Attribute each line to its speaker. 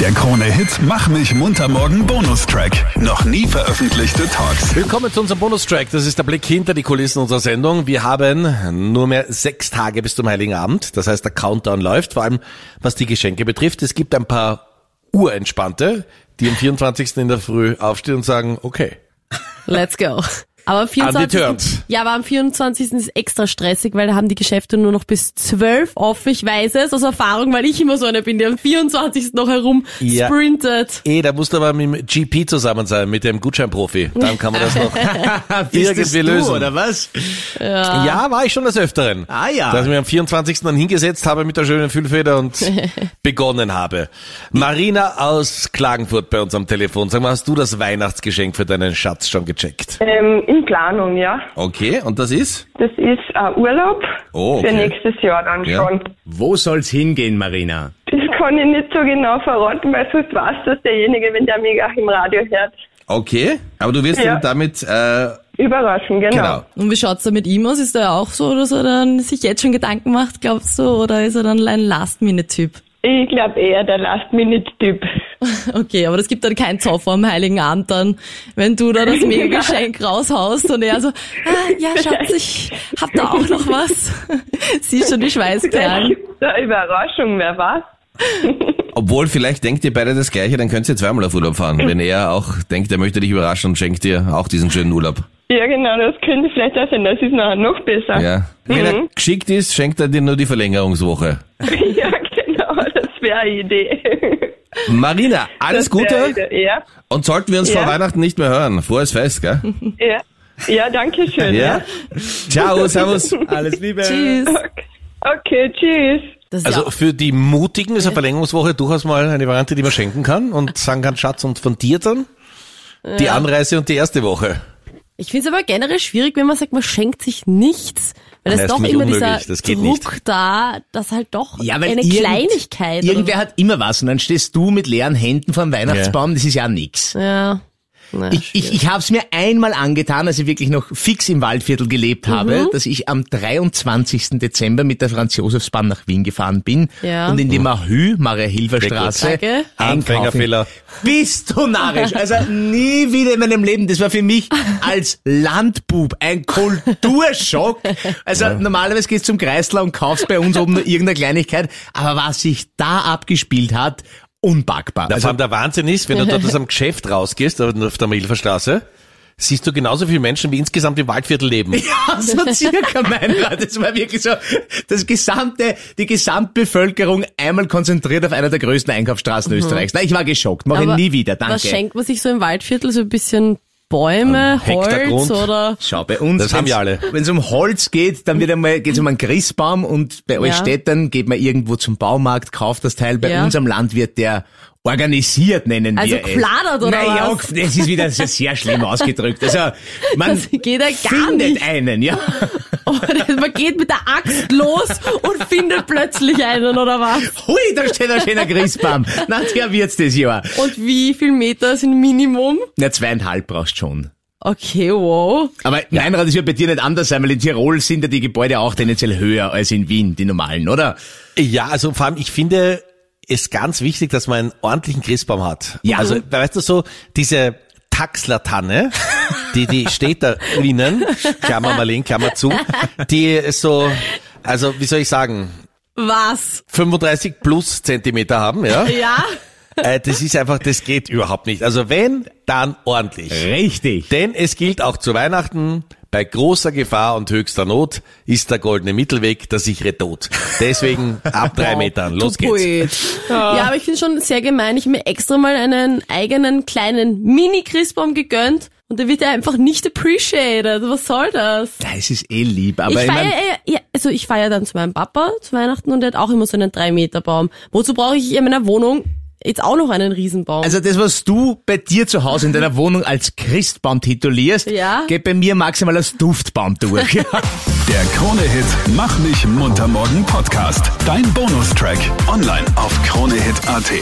Speaker 1: Der Krone-Hit Mach mich munter morgen Bonustrack. Noch nie veröffentlichte Talks.
Speaker 2: Willkommen zu unserem Bonustrack. Das ist der Blick hinter die Kulissen unserer Sendung. Wir haben nur mehr sechs Tage bis zum Heiligen Abend. Das heißt, der Countdown läuft, vor allem was die Geschenke betrifft. Es gibt ein paar Urentspannte, die am 24. in der Früh aufstehen und sagen, okay.
Speaker 3: Let's go. Aber am
Speaker 2: An die
Speaker 3: 24.
Speaker 2: Turns.
Speaker 3: Ja, aber am 24. ist extra stressig, weil da haben die Geschäfte nur noch bis 12 offen. Ich weiß es aus Erfahrung, weil ich immer so eine bin, die am 24. noch herum
Speaker 2: Ja.
Speaker 3: sprintet.
Speaker 2: Eh, da musst du aber mit dem GP zusammen sein, mit dem Gutscheinprofi. Dann kann man das noch
Speaker 4: Bist
Speaker 2: irgendwie
Speaker 4: es du,
Speaker 2: lösen.
Speaker 4: oder was?
Speaker 2: Ja, war ich schon des Öfteren.
Speaker 4: Ah, ja.
Speaker 2: Dass ich mich am 24. dann hingesetzt habe mit der schönen Füllfeder und begonnen habe. Marina aus Klagenfurt bei uns am Telefon. Sag mal, hast du das Weihnachtsgeschenk für deinen Schatz schon gecheckt?
Speaker 5: Ähm, in Planung, ja.
Speaker 2: Okay, und das ist?
Speaker 5: Das ist ein Urlaub
Speaker 2: Oh,
Speaker 5: für
Speaker 2: okay.
Speaker 5: nächstes Jahr dann
Speaker 2: Ja.
Speaker 5: schon.
Speaker 4: Wo soll's hingehen, Marina?
Speaker 5: Das kann ich nicht so genau verraten, weil sonst weiß das derjenige, wenn der mich auch im Radio hört.
Speaker 2: Okay, aber du wirst
Speaker 5: Ja.
Speaker 2: ihn damit, äh,
Speaker 5: Überraschen, genau.
Speaker 2: genau.
Speaker 3: Und wie schaut's da mit ihm aus? Ist er auch so, dass er dann sich jetzt schon Gedanken macht, glaubst du, oder ist er dann ein Last-Minute-Typ?
Speaker 5: Ich glaube eher der Last-Minute-Typ.
Speaker 3: Okay, aber das gibt dann keinen Zoff am Heiligen Abend dann, wenn du da das Mega-Geschenk raushaust und er so, ah, ja, Schatz, ich hab da auch noch was. Siehst schon die
Speaker 5: Vielleicht
Speaker 3: Schweißperlen.
Speaker 5: gibt's da Überraschung, wer weiß.
Speaker 6: Obwohl, vielleicht denkt ihr beide das Gleiche, dann könnt ihr zweimal auf Urlaub fahren. Wenn er auch denkt, er möchte dich überraschen und schenkt dir auch diesen schönen Urlaub.
Speaker 5: Ja, genau, das könnte vielleicht auch sein. Das ist nachher noch besser. Mhm.
Speaker 6: Ja. Wenn er geschickt ist, schenkt er dir nur die Verlängerungswoche.
Speaker 5: ja genau, das wäre eine Idee.
Speaker 6: Marina, alles
Speaker 5: Das wär eine
Speaker 6: Gute
Speaker 5: Idee, Ja,
Speaker 6: und sollten wir uns
Speaker 5: Ja.
Speaker 6: vor Weihnachten nicht mehr hören. Frohes Fest, gell?
Speaker 5: ja. ja danke schön.
Speaker 6: Ja. Ciao, servus.
Speaker 4: Alles Liebe.
Speaker 3: Tschüss.
Speaker 5: Okay. okay, tschüss.
Speaker 3: Das ist ja
Speaker 2: Also für die Mutigen ist eine Verlängerungswoche durchaus mal eine Variante, die man schenken kann und sagen kann, Schatz, und von dir dann? Die Anreise und die erste Woche.
Speaker 3: Ich finde es aber generell schwierig, wenn man sagt, man schenkt sich nichts, weil
Speaker 2: Das
Speaker 3: das
Speaker 2: ist
Speaker 3: doch
Speaker 2: nicht
Speaker 3: immer
Speaker 2: unmöglich,
Speaker 3: dieser
Speaker 2: das geht
Speaker 3: Druck da, dass halt doch
Speaker 4: Ja, weil
Speaker 3: eine
Speaker 4: irgend-
Speaker 3: Kleinigkeit. oder
Speaker 4: Irgendwer hat immer was und dann stehst du mit leeren Händen vorm Weihnachtsbaum, das ist ja nix.
Speaker 3: so. Ja. Na,
Speaker 4: Ich, ich, ich habe es mir einmal angetan, als ich wirklich noch fix im Waldviertel
Speaker 3: Mhm.
Speaker 4: gelebt habe, dass ich am 23. Dezember mit der Franz-Josefs-Bahn nach Wien gefahren bin
Speaker 3: Ja.
Speaker 4: und in die mahü maria hilfer straße
Speaker 3: Danke.
Speaker 2: Anfängerfehler.
Speaker 4: Bist du narrisch? Also nie wieder in meinem Leben. Das war für mich als Landbub ein Kulturschock. Also normalerweise gehst du zum Kreisler und kaufst bei uns oben nur irgendeine Kleinigkeit. Aber was sich da abgespielt hat, unpackbar.
Speaker 2: Na, vor
Speaker 4: Also,
Speaker 2: allem der Wahnsinn ist, wenn du dort aus einem Geschäft rausgehst, auf der Milferstraße, siehst du genauso viele Menschen, wie insgesamt im Waldviertel leben.
Speaker 4: ja, so circa mein Rat. Das war wirklich so, das gesamte, die Gesamtbevölkerung einmal konzentriert auf einer der größten Einkaufsstraßen Österreichs. Na, ich war geschockt. Mache ich
Speaker 3: Mhm. Aber
Speaker 4: nie wieder. Danke.
Speaker 3: Was schenkt man sich so im Waldviertel? So ein bisschen Bäume,
Speaker 2: Hektar
Speaker 3: Holz
Speaker 2: Grund.
Speaker 3: oder...
Speaker 4: Schau, bei uns,
Speaker 2: Das haben wir alle.
Speaker 4: wenn es um Holz geht, dann wird einmal, geht's um einen Christbaum und bei euch Städtern geht man irgendwo zum Baumarkt, kauft das Teil. Bei
Speaker 3: Ja.
Speaker 4: uns am Land wird der organisiert, nennen
Speaker 3: Also
Speaker 4: wir es.
Speaker 3: gepladert, oder
Speaker 4: naja,
Speaker 3: was?
Speaker 4: das ist wieder sehr, sehr schlimm ausgedrückt. Also, man
Speaker 3: Das geht ja gar
Speaker 4: findet
Speaker 3: nicht.
Speaker 4: einen, ja.
Speaker 3: Oder man geht mit der Axt los und findet plötzlich einen oder was?
Speaker 4: Hui, da steht ein schöner Christbaum. Na, der wird's das Jahr.
Speaker 3: Und wie viel Meter sind Minimum?
Speaker 4: Na, zweieinhalb brauchst schon.
Speaker 3: Okay, wow.
Speaker 4: Aber mein Rat, es wird bei dir nicht anders sein, weil in Tirol sind ja die Gebäude auch tendenziell höher als in Wien, die normalen, oder?
Speaker 2: Ja, also vor allem, ich finde es ganz wichtig, dass man einen ordentlichen Christbaum hat.
Speaker 4: Ja.
Speaker 2: Also, weißt du, so diese Taxlertanne, die die Städterinnen, Klammer Marlene, Klammer zu, die so, also wie soll ich sagen,
Speaker 3: Was?
Speaker 2: 35 plus Zentimeter haben, ja.
Speaker 3: Ja?
Speaker 2: Äh, Das ist einfach, das geht überhaupt nicht. Also wenn, dann ordentlich.
Speaker 4: Äh. Richtig.
Speaker 2: Denn es gilt auch zu Weihnachten, bei großer Gefahr und höchster Not ist der goldene Mittelweg der sichere Tod. Deswegen ab drei Metern. Los
Speaker 3: Du
Speaker 2: geht's.
Speaker 3: Poet. Ja, aber ich finde schon sehr gemein. Ich habe mir extra mal einen eigenen kleinen Mini-Christbaum gegönnt und der wird ja einfach nicht appreciated. Was soll das?
Speaker 4: Ja, Es ist eh lieb, aber ich,
Speaker 3: ich
Speaker 4: mein,
Speaker 3: feiere ja, ja, also ich feiere dann zu meinem Papa zu Weihnachten und der hat auch immer so einen 3-Meter-Baum. Wozu brauche ich in meiner Wohnung jetzt auch noch einen Riesenbaum?
Speaker 4: also das, was du bei dir zu Hause in deiner Wohnung als Christbaum titulierst,
Speaker 3: Ja.
Speaker 4: geht bei mir maximal als Duftbaum durch.
Speaker 1: Der Krone-Hit Mach mich munter morgen Podcast. Dein Bonustrack. Online auf kronehit.at.